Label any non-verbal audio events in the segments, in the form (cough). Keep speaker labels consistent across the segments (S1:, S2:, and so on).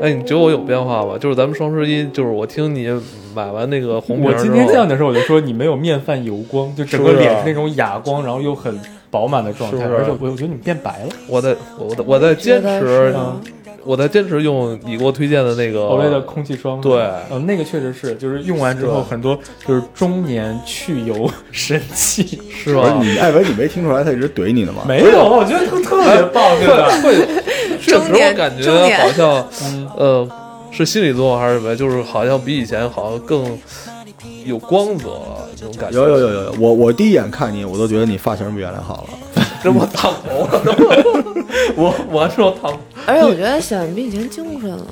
S1: 哎，你觉得我有变化吗？就是咱们双十一，就是我听你买完那个红瓶
S2: 我
S1: 儿之
S2: 今
S1: 后，
S2: 天见的时候，我就说你没有面泛油光，就整个
S1: 是不是
S2: 脸是那种哑光，然后又很饱满的状态，
S1: 是啊不是
S2: 而且我我觉得你变白了。
S1: 我在我在我在坚
S3: 是啊
S1: 持，
S3: 的
S1: 我在坚持用你给我推荐的那个
S2: Olay 的空气霜，
S1: 啊对
S2: 呃，那个确实是，就是用完之后
S1: 是啊
S2: 很多就是中年去油神器，
S1: (laughs) 是啊
S4: 不是
S1: 吧？
S4: 哎你艾文，你没听出来他一直怼你呢吗？
S2: (laughs) 没有，我觉得特特别
S1: 哎
S2: 棒，
S1: (laughs)
S2: 真的。
S1: 会确实
S3: 中年
S1: 我感觉
S3: 中年
S1: 好像呃是心理作用还是什么，就是好像比以前好像更有光泽了那种感觉。
S4: 有有有有有，我我第一眼看你，我都觉得你发型比原来好了。
S1: 这我烫头了， (laughs) 我我这烫头
S3: 而且我觉得显得比以前精神了。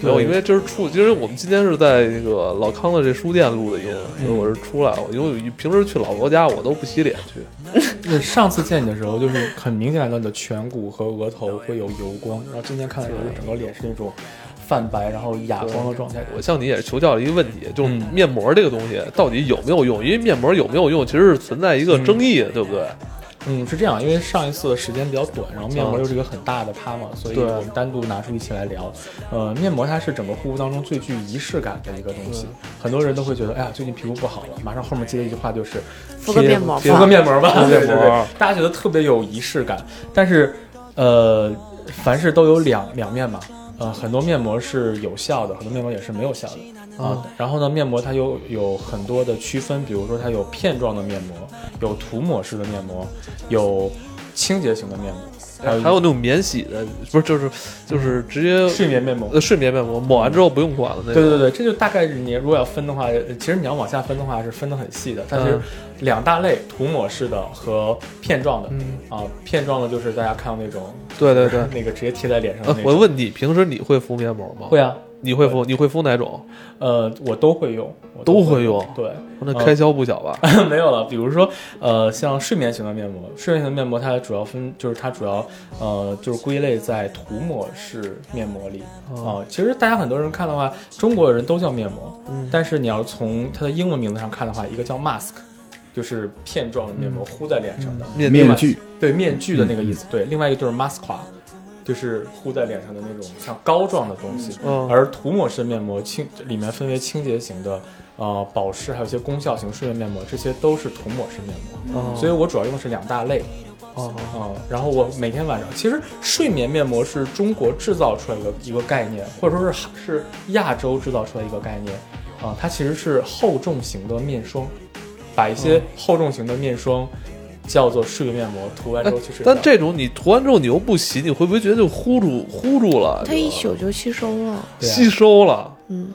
S1: 没有，因为这是出，因为我们今天是在那个老康的这书店录的音，
S2: 嗯
S1: 所以我是出来，我因为我平时去老罗家我都不洗脸去，
S2: 那上次见你的时候，就是很明显看到你的颧骨和额头会有油光，然后今天看的时候，整个脸是那种泛白，然后哑光的状态。
S1: 我向你也是求教了一个问题，就是
S2: 嗯
S1: 面膜这个东西到底有没有用？因为面膜有没有用，其实是存在一个争议的，对不对？
S2: 嗯，是这样，因为上一次的时间比较短，然后面膜又是一个很大的趴嘛，所以
S1: 嗯对
S2: 我们单独拿出一期来聊。呃，面膜它是整个护肤当中最具仪式感的一个东西，很多人都会觉得，哎呀，最近皮肤不好了，马上后面接的一句话就是
S3: 敷个
S2: 贴
S3: 面膜
S2: 贴
S3: 吧
S2: 个面膜吧，
S1: 敷
S2: 对
S1: 面
S2: 对
S1: 膜
S2: 对，大家觉得特别有仪式感，但是，呃，凡事都有两两面嘛。呃，很多面膜是有效的，很多面膜也是没有效的。
S1: 嗯
S2: 啊，然后呢，面膜它有有很多的区分，比如说它有片状的面膜，有涂抹式的面膜，有清洁型的面膜，还有嗯
S1: 还有那种免洗的，不是就是就是直接
S2: 睡眠面膜。
S1: 呃睡眠面膜抹完之后不用管了那
S2: 对
S1: 种。
S2: 对对，这就大概是你如果要分的话，呃其实你要往下分的话是分得很细的，它是
S1: 嗯
S2: 两大类，涂抹式的和片状的。
S1: 嗯
S2: 啊，片状的就是大家看到那种，
S1: 对对对
S2: 那个直接贴在脸上的
S1: 呃
S2: 那
S1: 我
S2: 种。
S1: 问你，平时你会敷面膜吗？
S2: 会，啊，
S1: 你会敷，你会敷哪种？
S2: 呃，我都会用，我
S1: 都
S2: 会
S1: 会用
S2: 对，
S1: 那
S2: 呃
S1: 开销不小
S2: (laughs)
S1: 吧？
S2: (clears throat) 没有了，比如说，呃，像睡眠型的面膜，睡眠型的面膜它主要分，就是它主要，呃，就是归类在涂抹式面膜里啊、其实大家很多人看的话，中国人都叫面膜，
S1: 嗯
S2: 但是你要从它的英文名字上看的话，一个叫 mask，就是片状的面膜糊在脸上的，
S1: 面
S4: 面具，嗯
S2: 对面具的那个意思，对，另外一个就是 mascara，就是糊在脸上的那种像膏状的东西。
S1: 嗯
S2: 而涂抹式面膜清里面分为清洁型的、呃保湿，还有一些功效型睡眠面膜，这些都是涂抹式面膜。
S1: 哦
S2: 所以我主要用的是两大类，
S1: 哦
S2: 嗯，然后我每天晚上，其实睡眠面膜是中国制造出来的一个概念，或者说是是亚洲制造出来一个概念，啊、它其实是厚重型的面霜，把一些厚重型的面霜叫做睡眠面膜，涂完之后其实、
S1: 但这种你涂完之后你又不洗，你会不会觉得就糊住糊住了？
S3: 它一宿就吸收了，
S2: 对啊
S1: 吸收了，
S3: 啊嗯，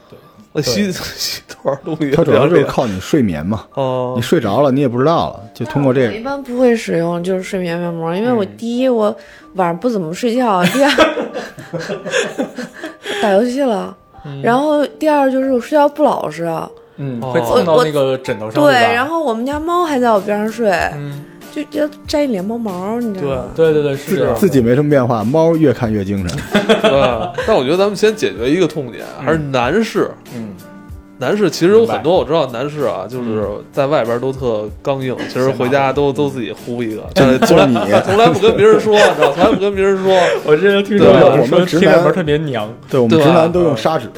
S1: 那吸
S2: 对
S1: (laughs) 吸多少东西？
S4: 他主要就
S1: 两
S4: 是
S1: 点
S4: 靠你睡眠嘛。
S1: 哦，
S4: 你睡着了，你也不知道了，就通过这
S3: 我一
S4: 个。
S3: 般不会使用就是睡眠面膜，因为我
S2: 嗯
S3: 第一我晚上不怎么睡觉，啊第二打游戏了，然后第二就是我睡觉不老实，
S2: 嗯
S1: 哦
S2: 会蹭
S3: 我
S2: 到
S3: 我
S2: 那个枕头上，
S3: 对，
S2: 对吧
S3: 然后我们家猫还在我边上睡，
S2: 嗯，
S3: 就就摘一脸猫毛，你知道吗？
S2: 对对对，是这
S1: 啊
S2: 样的。
S4: 自己没什么变化，猫越看越精神。
S2: (laughs)
S1: 对，但我觉得咱们先解决一个痛点，还是男士。
S2: 嗯，
S1: 男士其实有
S2: 明白嗯
S1: 很多，我知道男士啊，就是在外边都特刚硬，其实回家都都自己呼一个，
S2: 嗯
S1: 但是从
S4: 就
S1: 来
S4: 是你，
S1: 从来不跟别人说，你知道，从来不跟别人说。
S2: 我之前听
S1: 说有
S4: 人说贴面膜特
S2: 别娘，
S4: 对我们
S1: 对吧哦
S4: 直男都用砂纸，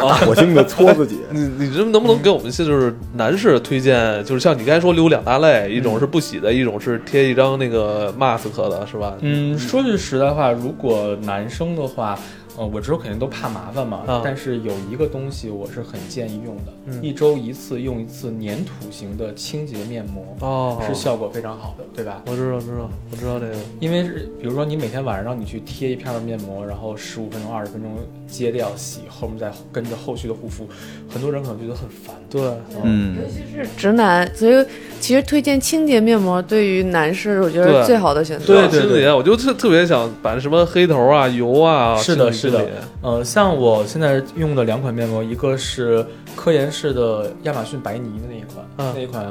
S4: 大火星的搓
S1: (laughs)
S4: 自己。
S1: 你你这能不能给我们现在就是男士推荐，就是像你刚才说有两大类，一
S2: 嗯
S1: 种是不洗的，一种是贴一张那个 mask 的，是吧？
S2: 嗯，说句实在话，如果男生的话，呃，我之后肯定都怕麻烦嘛。
S1: 嗯
S2: 但是有一个东西我是很建议用的，
S1: 嗯
S2: 一周一次用一次粘土型的清洁面膜，
S1: 哦，嗯
S2: 是效果非常好的，对吧？
S1: 我知道，知道，我知道这个。
S2: 因为是比如说你每天晚上让你去贴一片的面膜，然后十五分钟、二十分钟揭掉洗，后面再跟着后续的护肤，很多人可能觉得很烦。
S1: 对，
S4: 嗯，
S3: 尤其是直男，所以其实推荐清洁面膜对于男士，我觉得
S1: 对
S3: 是最好的选择。
S2: 对对
S1: 心里我就特特别想把什么黑头啊、油啊，
S2: 是的，
S1: 心
S2: 是
S1: 里
S2: 的，呃，像我现在用的两款面膜，一个是科颜氏的亚马逊白泥的那一款，
S1: 嗯
S2: 那一款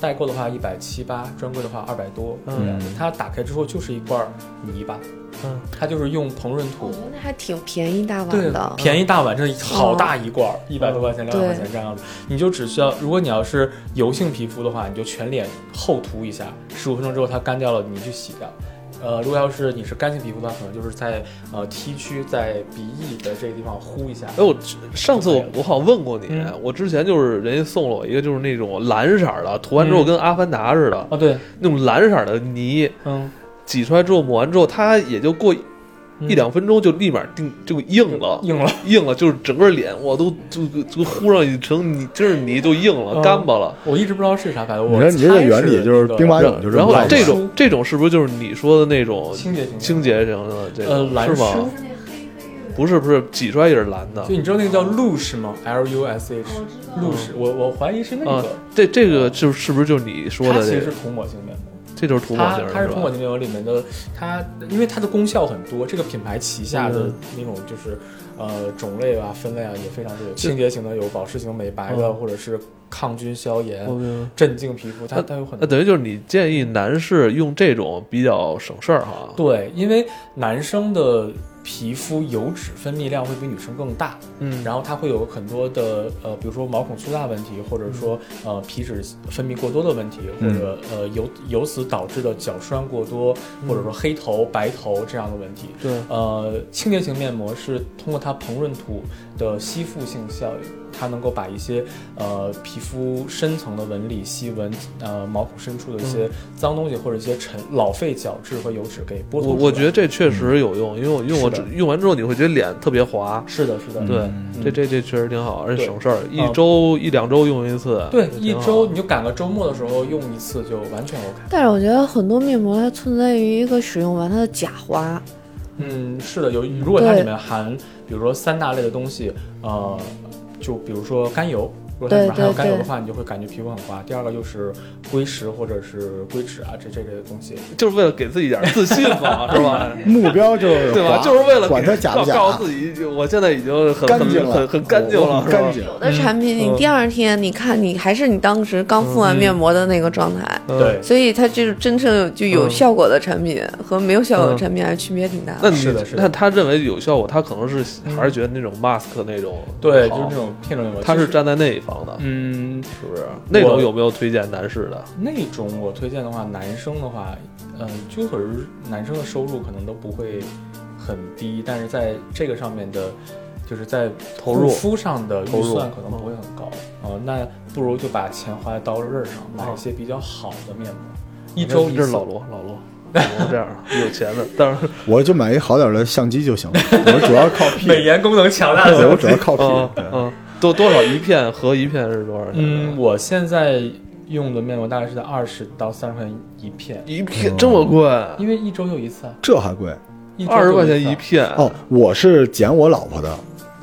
S2: 代购的话一百七八，专柜的话二百多，
S1: 嗯
S2: 这样子它打开之后就是一罐泥巴，
S1: 嗯，
S2: 它就是用膨润
S3: 我
S2: 土
S3: 觉。得还挺便宜大碗
S2: 对
S3: 哦的，，嗯
S2: 便宜大碗，真的好大一罐儿，一百多块钱、两百
S3: 对
S2: 块钱这样子，你就只需要，如果你要是油性皮肤的话，你就全脸厚涂一下，十五分钟之后它干掉了，你去洗掉，呃，如果要是你是干性皮肤的话，可能就是在呃 T 区在鼻翼的这个地方呼一下。
S1: 哎，我上次我我好像问过你，
S2: 嗯
S1: 我之前就是人家送了我一个就是那种蓝色儿的，涂完之后
S2: 嗯
S1: 跟阿凡达似的，
S2: 哦，对，
S1: 那种蓝色儿的泥
S2: 嗯，
S1: 挤出来之后抹完之后，它也就过
S2: 嗯
S1: 一两分钟就立马定就硬了，
S2: 硬了，
S1: 硬了，就是整个脸我都就就就糊上一层泥，真是泥都硬了，
S2: 嗯
S1: 干巴了。
S2: 我一直不知道是啥牌子。
S4: 你
S2: 我
S4: 看你这
S2: 猜
S4: 个原理就是
S2: 那个
S4: 兵马
S1: 然
S4: 俑就
S1: 然后
S4: 么来
S1: 这
S4: 的。
S1: 种这种是不是就是你说的那种
S2: 清洁型。
S1: 清洁型的这
S2: 呃
S1: 个
S2: 蓝
S1: 是吗
S2: 梳？
S1: 不是不是，挤出来也是蓝的
S2: 就你知道那个叫 Lush 吗？L U S H。Lush，我我怀疑是那
S1: 嗯啊
S2: 个。。
S1: 这这个是是不是就是你说
S2: 它
S1: 的
S2: 其
S1: 这
S2: 实是
S1: 个？
S2: 涂抹型面膜，
S1: 这就是涂抹
S2: 它
S1: 型
S2: 它
S1: 是
S2: 是涂
S1: 吧？
S2: 抹型面膜里面的，它因为它的功效很多，这个品牌旗下的
S1: 嗯
S2: 那种就是呃种类啊、分类啊也非常多，有清洁型的，有保湿型、美白的，
S1: 嗯
S2: 或者是抗菌消炎、
S1: 我明白
S2: 镇静皮肤，它它有很
S1: 那
S2: 多。
S1: 等于就是你建议男士用这种比较省事儿哈。
S2: 对，因为男生的皮肤油脂分泌量会比女生更大，
S1: 嗯，
S2: 然后它会有很多的呃，比如说毛孔粗大问题，或者说呃皮脂分泌过多的问题，或者呃由由此导致的角栓过多，或者说黑头、白头这样的问题。
S1: 对，
S2: 呃，清洁型面膜是通过它膨润土的吸附性效应，它能够把一些呃皮肤深层的纹理、细纹、呃毛孔深处的
S1: 嗯
S2: 一些脏东西或者一些尘老废角质和油脂给剥
S1: 我
S2: 脱出来。
S1: 我觉得这确实有用，因为我用我
S2: 是的
S1: 只用完之后你会觉得脸特别滑。
S2: 是的，是的，
S1: 对，
S4: 嗯
S1: 这这这确实挺好，而且
S2: 对嗯
S1: 省事儿，一周一两周用一次。
S2: 对，
S1: 也
S2: 一
S1: 嗯挺好
S2: 周你就赶个周末的时候用一次就完全 OK。
S3: (laughs) 但是我觉得很多面膜它存在于一个使用完它的假滑，
S2: 嗯，是的，有如果它里
S3: 对
S2: 面含，比如说三大类的东西，呃，就比如说甘油，如果它里面含有
S3: 对对
S2: 甘油的
S3: 对
S2: 话，你就会感觉皮肤很滑。第二个就是硅石或者是硅脂啊，这这类的东西。
S1: 就是为了给自己一点自信
S2: (laughs)
S1: 嘛，是吧？
S4: 目标就是
S1: 对吧？
S4: 滑
S1: 就是为了
S4: 管它假不
S1: 告
S4: 假，
S1: 告诉自己，我现在已经很
S4: 干净
S1: 很
S4: 了，
S1: 很很干净
S4: 我
S1: 了，
S4: 很
S1: 是吧
S4: 干。净。
S3: 有的产
S1: 嗯
S3: 品你第二天你看你还是你当时刚敷完面膜的那个状态，
S1: 嗯
S2: 对
S3: 所以它就是真正就有效果的产品和没有效果的产品还是区别挺大
S1: 那
S3: 的。
S1: 你
S2: 是的是的
S1: 那他认为有效果，他可能是还是觉得那种 mask 那种
S2: 对，就
S1: 好
S2: 是那种片状面膜。
S1: 他
S2: 其
S1: 是
S2: 实
S1: 站在那一方的，
S2: 嗯，
S1: 是不是？那
S2: 我
S1: 种有没有推荐男士的？
S2: 那种我推荐的话，男生的话，呃，就可是男生的收入可能都不会很低，但是在这个上面的，就是在
S1: 投入
S2: 护肤上的
S1: 投
S2: 预
S1: 入
S2: 算可能不会很高啊、呃那不如就把钱花在刀刃上，买一些比较好的面膜，一周一
S1: 这
S2: 次
S1: 是老罗，老罗，老罗这
S2: (laughs)
S1: 样有钱的，但是
S4: 我就买一好点的相机就行
S1: (laughs)
S4: 了，我主要靠屁，
S2: 美颜功能强大
S4: 对我
S2: 的。
S4: 主要靠
S1: 嗯
S4: 屁。对
S1: 嗯，多多少一片合一片是多少钱？
S2: 嗯，，我现在用的面膜大概是在二十到三十块钱一片，
S1: 一片这么贵，
S2: 因为一周就一次啊，
S4: 这还贵
S2: 一周
S1: 二十
S2: 就
S1: 块钱
S2: 次啊
S1: 一片
S4: 哦！我是捡我老婆的，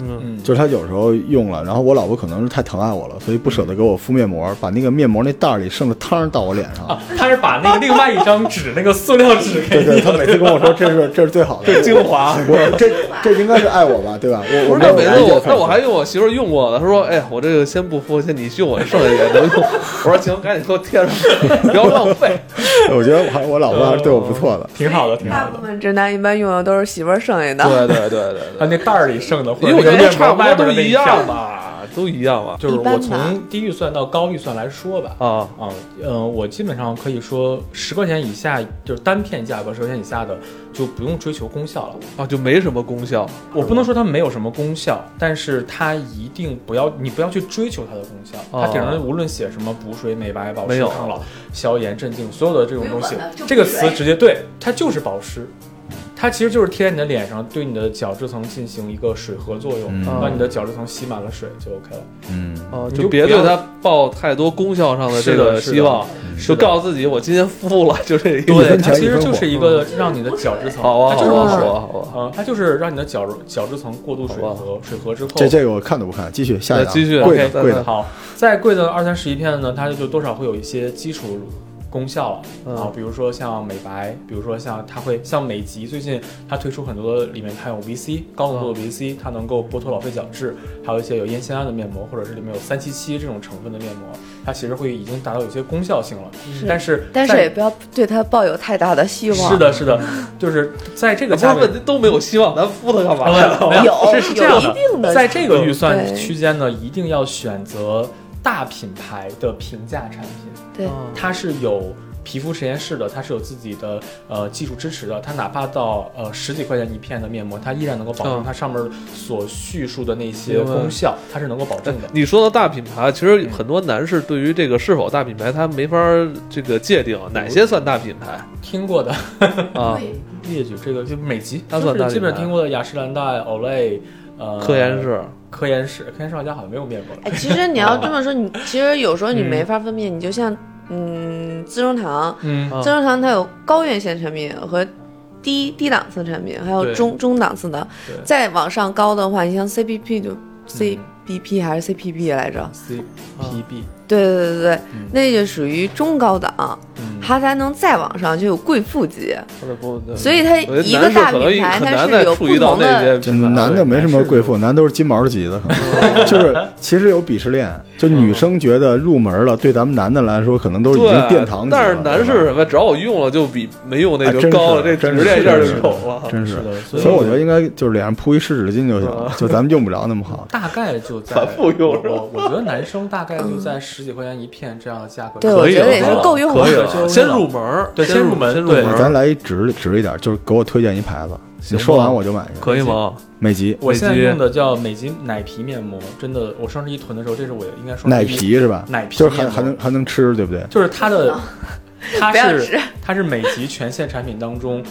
S1: 嗯，
S2: 嗯，
S4: 就是她有时候用了，然后我老婆可能是太疼爱我了，所以不舍得给我敷面膜，把那个面膜那袋儿里剩的汤儿到我脸上。
S2: 啊，他是把那个另外一张纸，那个塑料纸给
S4: 对
S2: 你
S4: 对，她每次跟我说这是这是最好
S1: (laughs)
S4: 的，
S2: 精华。
S4: 我这这应该是爱我吧，对吧？我
S1: 不是，
S4: 我没
S1: 那
S4: 有
S1: 每次
S4: 理解
S1: 我
S4: 错
S1: 那我还用我媳妇儿用过的，她说：“哎，我这个先不敷，先你用我剩下也能用。”我说：“行，赶紧给我贴上，不要浪费。
S4: 我觉得我还我老婆还是对我不错的。
S2: 挺好的，挺
S3: 大
S2: 好
S3: 部
S2: 的。
S3: 分直男一般用的都是媳妇儿剩下”的，
S1: 对对对对
S2: 啊，那袋儿里剩的，
S1: 对，
S2: 或
S1: 因为
S2: 者
S1: 我觉
S2: 那
S1: 得
S2: 个
S1: 差不多
S2: 面膜
S1: 都
S2: 外边的那
S1: 一
S2: 一
S1: 样
S2: 片。
S1: 吧， (laughs) 都一样吧。
S2: 就是
S3: 一般
S2: 我
S3: 吧
S2: 从低预算到高预算来说吧，
S1: 啊，
S2: 啊，呃，我基本上可以说十块钱以下，就是单片价格十块钱以下的，就不用追求功效了。
S1: 啊，就没什么功效。
S2: 我不能说它没有什么功效，但是它一定不要你不要去追求它的功效。它顶上无论写什么补水、美白、保
S1: 哦没
S2: 湿、
S1: 有
S2: 抗老、消炎、镇静，所有的这种东西
S3: 不用管它就，补
S2: 这个词
S3: 水
S2: 直接对它就是保湿。它其实就是贴在你的脸上，对你的角质层进行一个水合作用，
S4: 嗯
S2: 让你的角质层吸满了水就 OK 了。
S4: 嗯，
S1: 啊，
S2: 你
S1: 就
S2: 就
S1: 别
S2: 不
S1: 对
S2: 要
S1: 它抱太多功效上的这
S2: 是的
S1: 个
S2: 是
S1: 希
S2: 的
S1: 望，
S2: 是
S1: 就
S2: 的
S1: 告诉自己我今天敷了，就这意
S4: 一
S2: 对，
S1: 思。
S4: 分
S2: 它
S4: 钱
S2: 其
S4: 一
S2: 实
S4: 分
S2: 就
S4: 货
S2: 是一个让你的角质层，
S1: 好啊，好
S2: 它就是
S1: 啊，好
S2: 保湿。
S1: 啊，好啊。
S2: 嗯，它就是让你的角角质层过度水
S1: 好吧
S2: 合，水合之后，
S4: 这这个我看都不看，继续下一
S1: 呃
S4: 档，
S1: 继续
S4: 贵
S1: OK，
S4: 的贵的，
S2: 好，再贵的二三十一片呢，它就多少会有一些基础功效了
S1: 嗯
S2: 啊，比如说像美白，比如说像它会像美极最近它推出很多的里面它有 VC 高浓度
S3: 嗯
S2: 的 VC，它能够剥脱老废角质，还有一些有烟酰胺的面膜，或者是里面有三七七这种成分的面膜，它其实会已经达到有些功效性了，
S3: 嗯
S2: 但是
S3: 但是
S2: 在
S3: 也不要对它抱有太大的希望。
S2: 是的，是
S3: (laughs)
S2: 的，就是在这个
S1: 不是
S2: 价位
S1: 问题都没有希望，咱敷它干嘛呀？
S2: (laughs) 没
S3: 有
S2: 这是这样
S3: 有
S2: 的
S3: 一定的
S2: 在这个预算
S3: 对
S2: 区间呢，一定要选择大品牌的平价产品，
S1: 啊
S3: 对，
S2: 它是有皮肤实验室的，它是有自己的呃技术支持的，它哪怕到呃十几块钱一片的面膜，它依然能够保证
S1: 嗯
S2: 它上面所叙述的那些
S1: 明白
S2: 功效，它是能够保证的。
S1: 哎你说到大品牌，其
S3: 嗯
S1: 实很多男士对于这个是否大品牌，他没法儿这个界定
S3: 嗯
S1: 哪些算大品牌
S2: 听过的
S1: 啊。
S2: 列举这个就美极，
S1: 它算
S2: 就
S1: 大
S2: 是基本
S1: 品牌
S2: 听过的雅诗兰黛、Olay，呃，
S1: 科颜、氏，
S3: 嗯
S2: 科颜氏、科颜氏好像好像没有面膜了。
S3: 哎，其实你要这么说，你其实有时候你没法分辨，你就像嗯，资生堂，
S2: 嗯
S1: 啊
S3: 资生堂它有高院线产品和低低档次产品，还有
S2: 对
S3: 中中档次的
S2: 对。
S3: 再往上高的话，你像 CPP
S1: 嗯
S3: 就 CBP 还是 CPP 来着？
S2: ，CPB，
S3: 对对对对对，
S1: 嗯
S3: 那就属于中高档，
S2: 嗯，
S3: 它才能再往上就有贵妇级。
S1: 或者不呃
S3: 所以它
S1: 我觉得
S3: 一个
S1: 男士
S3: 大
S1: 可能
S3: 品牌
S1: 很
S3: 它
S1: 难
S3: 是
S1: 再
S3: 有
S1: 触
S3: 不
S1: 及到
S3: 同
S1: 那
S3: 的
S1: 些
S4: 就
S1: 品牌
S4: 男的没什么贵妇，男都是金毛级的，
S1: (laughs)
S4: 可能就是其实有鄙视链，就女生觉得入门了，对咱们男的来说可能都已
S1: 对
S4: 经殿堂级了。
S1: 但是男士
S4: 对
S1: 什
S4: 吧
S1: 么，只要我用了就比没用那
S4: 哎
S1: 个
S4: 真
S1: 高了，这
S4: 是真
S1: 指
S4: 是
S1: 这一下就
S4: 真是
S1: 有了。
S4: 真
S2: 是的，
S4: 所
S2: 所
S4: 以
S2: 以
S4: 我觉得应该就是脸上铺一湿纸巾就行
S1: 啊
S4: 了，就咱们用不着那么
S1: (laughs)
S4: 好。
S2: 大概就在
S1: 反复用
S2: 我
S1: 是吧
S2: 我我觉得男生大概就在十几块钱一片这样的价格，
S3: 对，
S1: 可
S3: 我
S1: 以
S3: 觉得
S1: 了
S3: 也是
S1: 可以
S3: 够用
S1: 可以
S2: 了
S1: 了
S2: 就用
S1: 先
S2: 了
S1: 入门儿，
S2: 对先入门
S1: 先入
S2: 对
S1: 门
S4: 咱
S1: 儿，
S4: 来一直直一点，就是给我推荐一牌子，你
S1: 行
S4: 说完
S1: 吧
S4: 我就买一个。
S1: 可以吗？
S4: 美极
S2: 我现在
S1: 美肌
S2: 用的叫美肌奶皮面膜，真的，我双十一囤的时候，这是我应该说
S4: 奶，皮是吧？
S2: 奶皮
S4: 就是还
S2: 面膜
S4: 还能还能吃，对不
S1: 啊
S4: 对？
S2: 就是它 (laughs) 的，它
S3: 哦不要
S2: 是
S3: 吃
S2: 它是美极全线产品当中。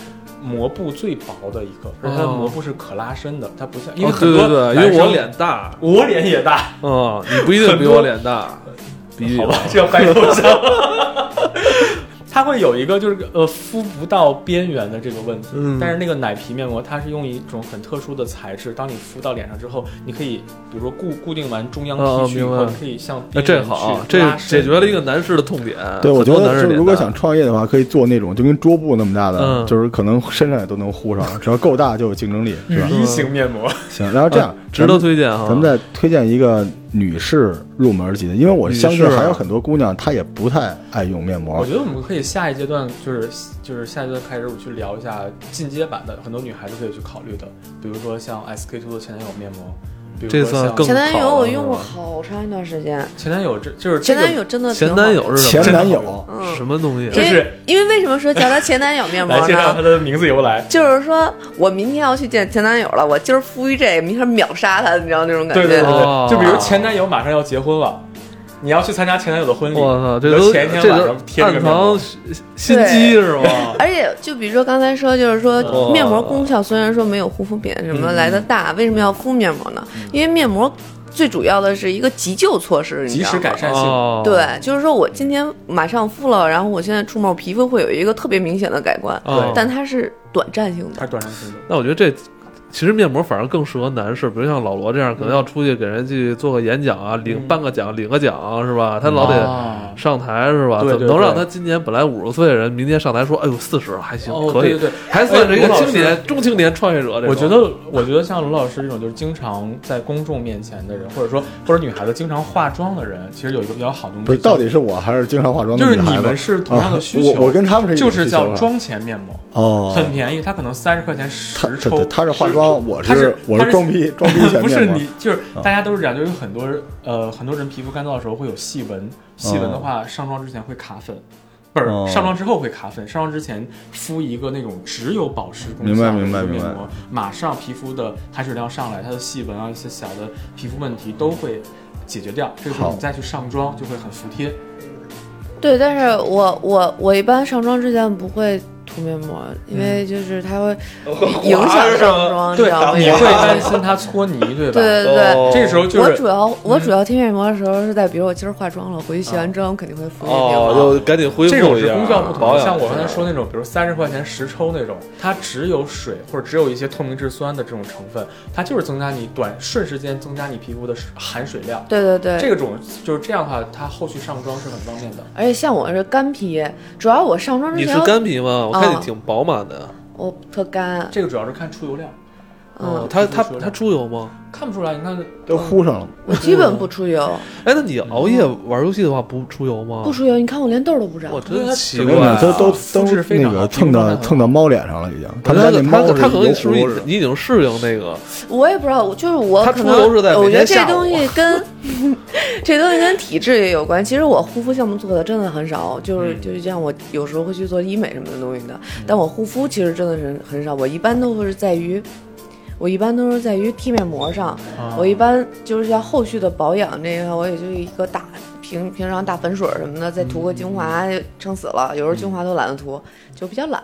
S2: 膜布最薄的一个，而且它的
S1: 哦
S2: 膜布是可拉伸的，它不像因为
S1: 哦
S2: 很
S1: 对
S2: 多
S1: 对对，因
S2: 男
S1: 为我
S2: 生
S1: 脸大，
S2: 我脸也大，
S1: 嗯，你不一定比我脸大，比啊
S2: 好吧，这要拍头像。 (laughs) 它会有一个就是呃敷不到边缘的这个问题，
S1: 嗯
S2: 但是那个奶皮面膜它是用一种很特殊的材质，当你敷到脸上之后，你可以比如说固固定完中央
S1: 哦
S2: 皮区以
S1: 明
S2: 后，
S1: 白
S2: 你可以向
S1: 那
S2: 边
S1: 这
S2: 缘
S1: 好啊，这
S2: 去拉伸
S1: 解决了一个男士的痛点。啊
S4: 对，我
S1: 很
S4: 觉
S1: 多男
S4: 得
S1: 士
S4: 就
S1: 脸
S4: 如果
S1: 大
S4: 想创业的话，可以做那种就跟桌布那么大的，
S1: 嗯
S4: 就是可能身上也都能糊上，只要够大就有竞争力，是
S2: 雨
S4: 吧？
S1: 嗯
S2: 衣型面膜，
S4: 行，然后这样
S1: 啊值得推荐哈。
S4: 咱们再推荐一个女士入门级的，因为我相信
S1: 女士啊
S4: 还有很多姑娘她也不太爱用面膜
S2: 我。觉得我们可以下一阶段就是就是下一阶段开始，我去聊一下进阶版的，很多女孩子可以去考虑的，比如说像 SK two 的前男友面膜，比如
S1: 这
S2: 说
S1: 算
S2: 像
S1: 更
S3: 前男
S1: 好
S3: 友
S1: 了
S3: 我
S1: 是
S3: 用过
S1: 吧
S3: 好长一段时间，
S2: 前男友这就是这
S3: 前
S2: 个
S3: 男友真的挺
S1: 前
S3: 好
S1: 男友是什
S4: 前
S1: 么？
S4: 男友，
S3: 嗯，
S1: 什么东西啊？
S3: 因
S2: 就
S3: 为、
S2: 是
S3: 因为为什么说叫他前男友面膜
S2: 来介绍
S3: 呢
S2: 它？的名字由来。
S3: 就是说我明天要去见前男友了，我今儿敷一这个，明天秒杀他，你知道那种感
S2: 对
S3: 觉？
S2: 对对
S1: 哦
S2: 对，就比如前男友马上要结婚了，你要去参加前男友的婚礼，
S1: 我操，
S2: 你
S1: 这
S2: 就
S1: 都
S2: 前一天
S1: 这
S2: 晚上
S1: 都
S2: 贴着
S1: 暗
S2: 面膜
S1: 藏心机是
S3: (laughs)
S1: 吗？
S3: 而且就比如说刚才说，就是说
S1: 哦
S3: 面膜功效虽然说没有护肤品什么来的大，
S2: 嗯
S3: 为什么要敷面膜呢？因为面膜最主要的是一个急救措施，你
S2: 及
S3: 知道
S2: 时
S3: 吗
S2: 改善性。
S1: 哦，
S3: 对，就是说我今天马上敷了，然后我现在出门，我皮肤会有一个特别明显的改观，
S1: 哦
S3: 但它是短暂性
S2: 它
S3: 的。
S2: 是短时间的，
S1: 那我觉得这其实面膜反而更适合男士，比如像老罗这样，可能要出去给人去做个演讲啊，领
S2: 嗯
S1: 颁个奖、领个奖是吧？他老得
S2: 啊
S1: 上台是吧？
S2: 对
S1: 怎么
S2: 对
S1: 能让
S2: 对
S1: 他今年本来五十岁的人，明天上台说，哎呦四十还行
S2: 哦，
S1: 可
S2: 对
S1: 以
S2: 对，对。
S1: 还算是一
S2: 哎
S1: 个
S2: 罗老
S1: 青
S2: 师
S1: 年中青年创业者这种。
S2: 我觉得，我觉得像罗老师这种就是经常在公众面前的人，或者说或者女孩子经常化妆的人，其实有一个比较好的东西
S4: 不是到底是我还是经常化妆的
S2: 就是
S4: 女
S2: 你
S4: 孩子
S2: 们是同样的需
S4: 啊
S2: 求，
S4: 我我跟他们是一
S2: 就
S4: 种
S2: 是
S4: 需求
S2: 叫
S4: 啊
S2: 妆前面膜，
S4: 哦，
S2: 很便宜，它可能三十块钱
S4: 他
S2: 十
S4: 他
S2: 抽
S4: 他，他是化
S2: 10
S4: 妆，我
S2: 他是
S4: 我
S2: 他
S4: 是
S2: 是 (laughs)
S4: 装逼装逼全
S2: 不是
S4: 面膜
S2: 你，就是
S4: 啊
S2: 大家都是这样，就是很多人呃，很多人皮肤干燥的时候会有细纹，细
S4: 嗯
S2: 纹的话，上妆之前会卡粉，不是
S4: 哦
S2: 上妆之后会卡粉，上妆之前敷一个那种只有保湿功
S4: 明白
S2: 效的
S4: 明白
S2: 面
S4: 明白
S2: 膜，马上皮肤的含水量上来，它的细纹啊一些小的皮肤问题都会解决掉，这个时候
S4: 好
S2: 你再去上妆就会很服帖。
S3: 对，但是我我我一般上妆之前不会涂面膜，因为就是它会影响上妆，你知
S2: 嗯对
S3: 道吗？，
S2: 你会担心它搓泥，对吧？
S3: 对对对。
S1: 哦
S2: 这时候就
S3: 我
S2: 是嗯
S3: 主要我主要贴面膜的时候是在，比如我今儿化妆了，回去卸
S2: 哦
S3: 完妆肯定会敷一面
S1: 哦，
S3: 膜。
S1: 就赶紧恢复一
S2: 这
S1: 下，
S2: 种是功效不同
S1: 保
S2: 的，
S1: 养
S2: 像我
S1: 一下
S2: 刚才说那种，比如三十块钱十抽那种，它只有水或者只有一些透明质酸的这种成分，它就是增加你短瞬时间增加你皮肤的含水量。
S3: 对对对，
S2: 这个种就是这样的话，它后续上妆是很方便的。
S3: 而且像我是干皮，主要我上妆之
S1: 你
S3: 前
S1: 是干皮吗？我看你
S3: 啊
S1: 挺饱满的，
S3: 我特干，
S2: 这个主要是看出油量，
S3: 嗯，
S1: 它
S2: 皮肤
S1: 它
S2: 疏
S1: 它
S2: 亮
S1: 出油吗？
S2: 看不出来，你看
S4: 都
S2: 嗯
S4: 糊上了。
S3: 我基本不出油，
S2: 哦
S1: 哎，那你熬夜玩游戏的话不出油吗？
S3: 不出油。你看我连痘都不
S1: 我
S3: 长，
S1: 真奇
S4: 没
S1: 怪
S4: 有
S1: 啊，
S4: 都都
S2: 肤
S4: 都
S2: 质非
S4: 那
S2: 常
S4: 个
S2: 好
S4: 蹭
S2: 皮肤
S4: 到
S2: 状态
S4: 蹭到猫脸上了，已经。他
S1: 那
S4: 家那
S1: 个
S4: 猫
S1: 他
S4: 是
S1: 他可能
S4: 油
S1: 是不
S4: 糊
S1: 是
S4: 似的
S1: 你已经适应那个？
S3: 我也不知道，我就是我
S1: 它
S3: 可
S1: 出油是在
S3: 能，呃
S1: 每
S3: 我觉得
S1: 天
S3: 这
S1: 下午啊
S3: 东西跟
S1: (laughs)
S3: 这东西跟体质也有关。其实我护肤项目做的真的很少，
S1: 嗯
S3: 就是就是像我有时候会去做医美什么的东西的，但我护肤其实真的是很少。我一般都是在于，我一般都是在于贴面膜上，
S2: 啊
S3: 我一般就是要后续的保养这一块，我也就一个大平平常大粉水儿什么的，再涂个精华，撑死了。有时候精华都懒得涂，就比较懒。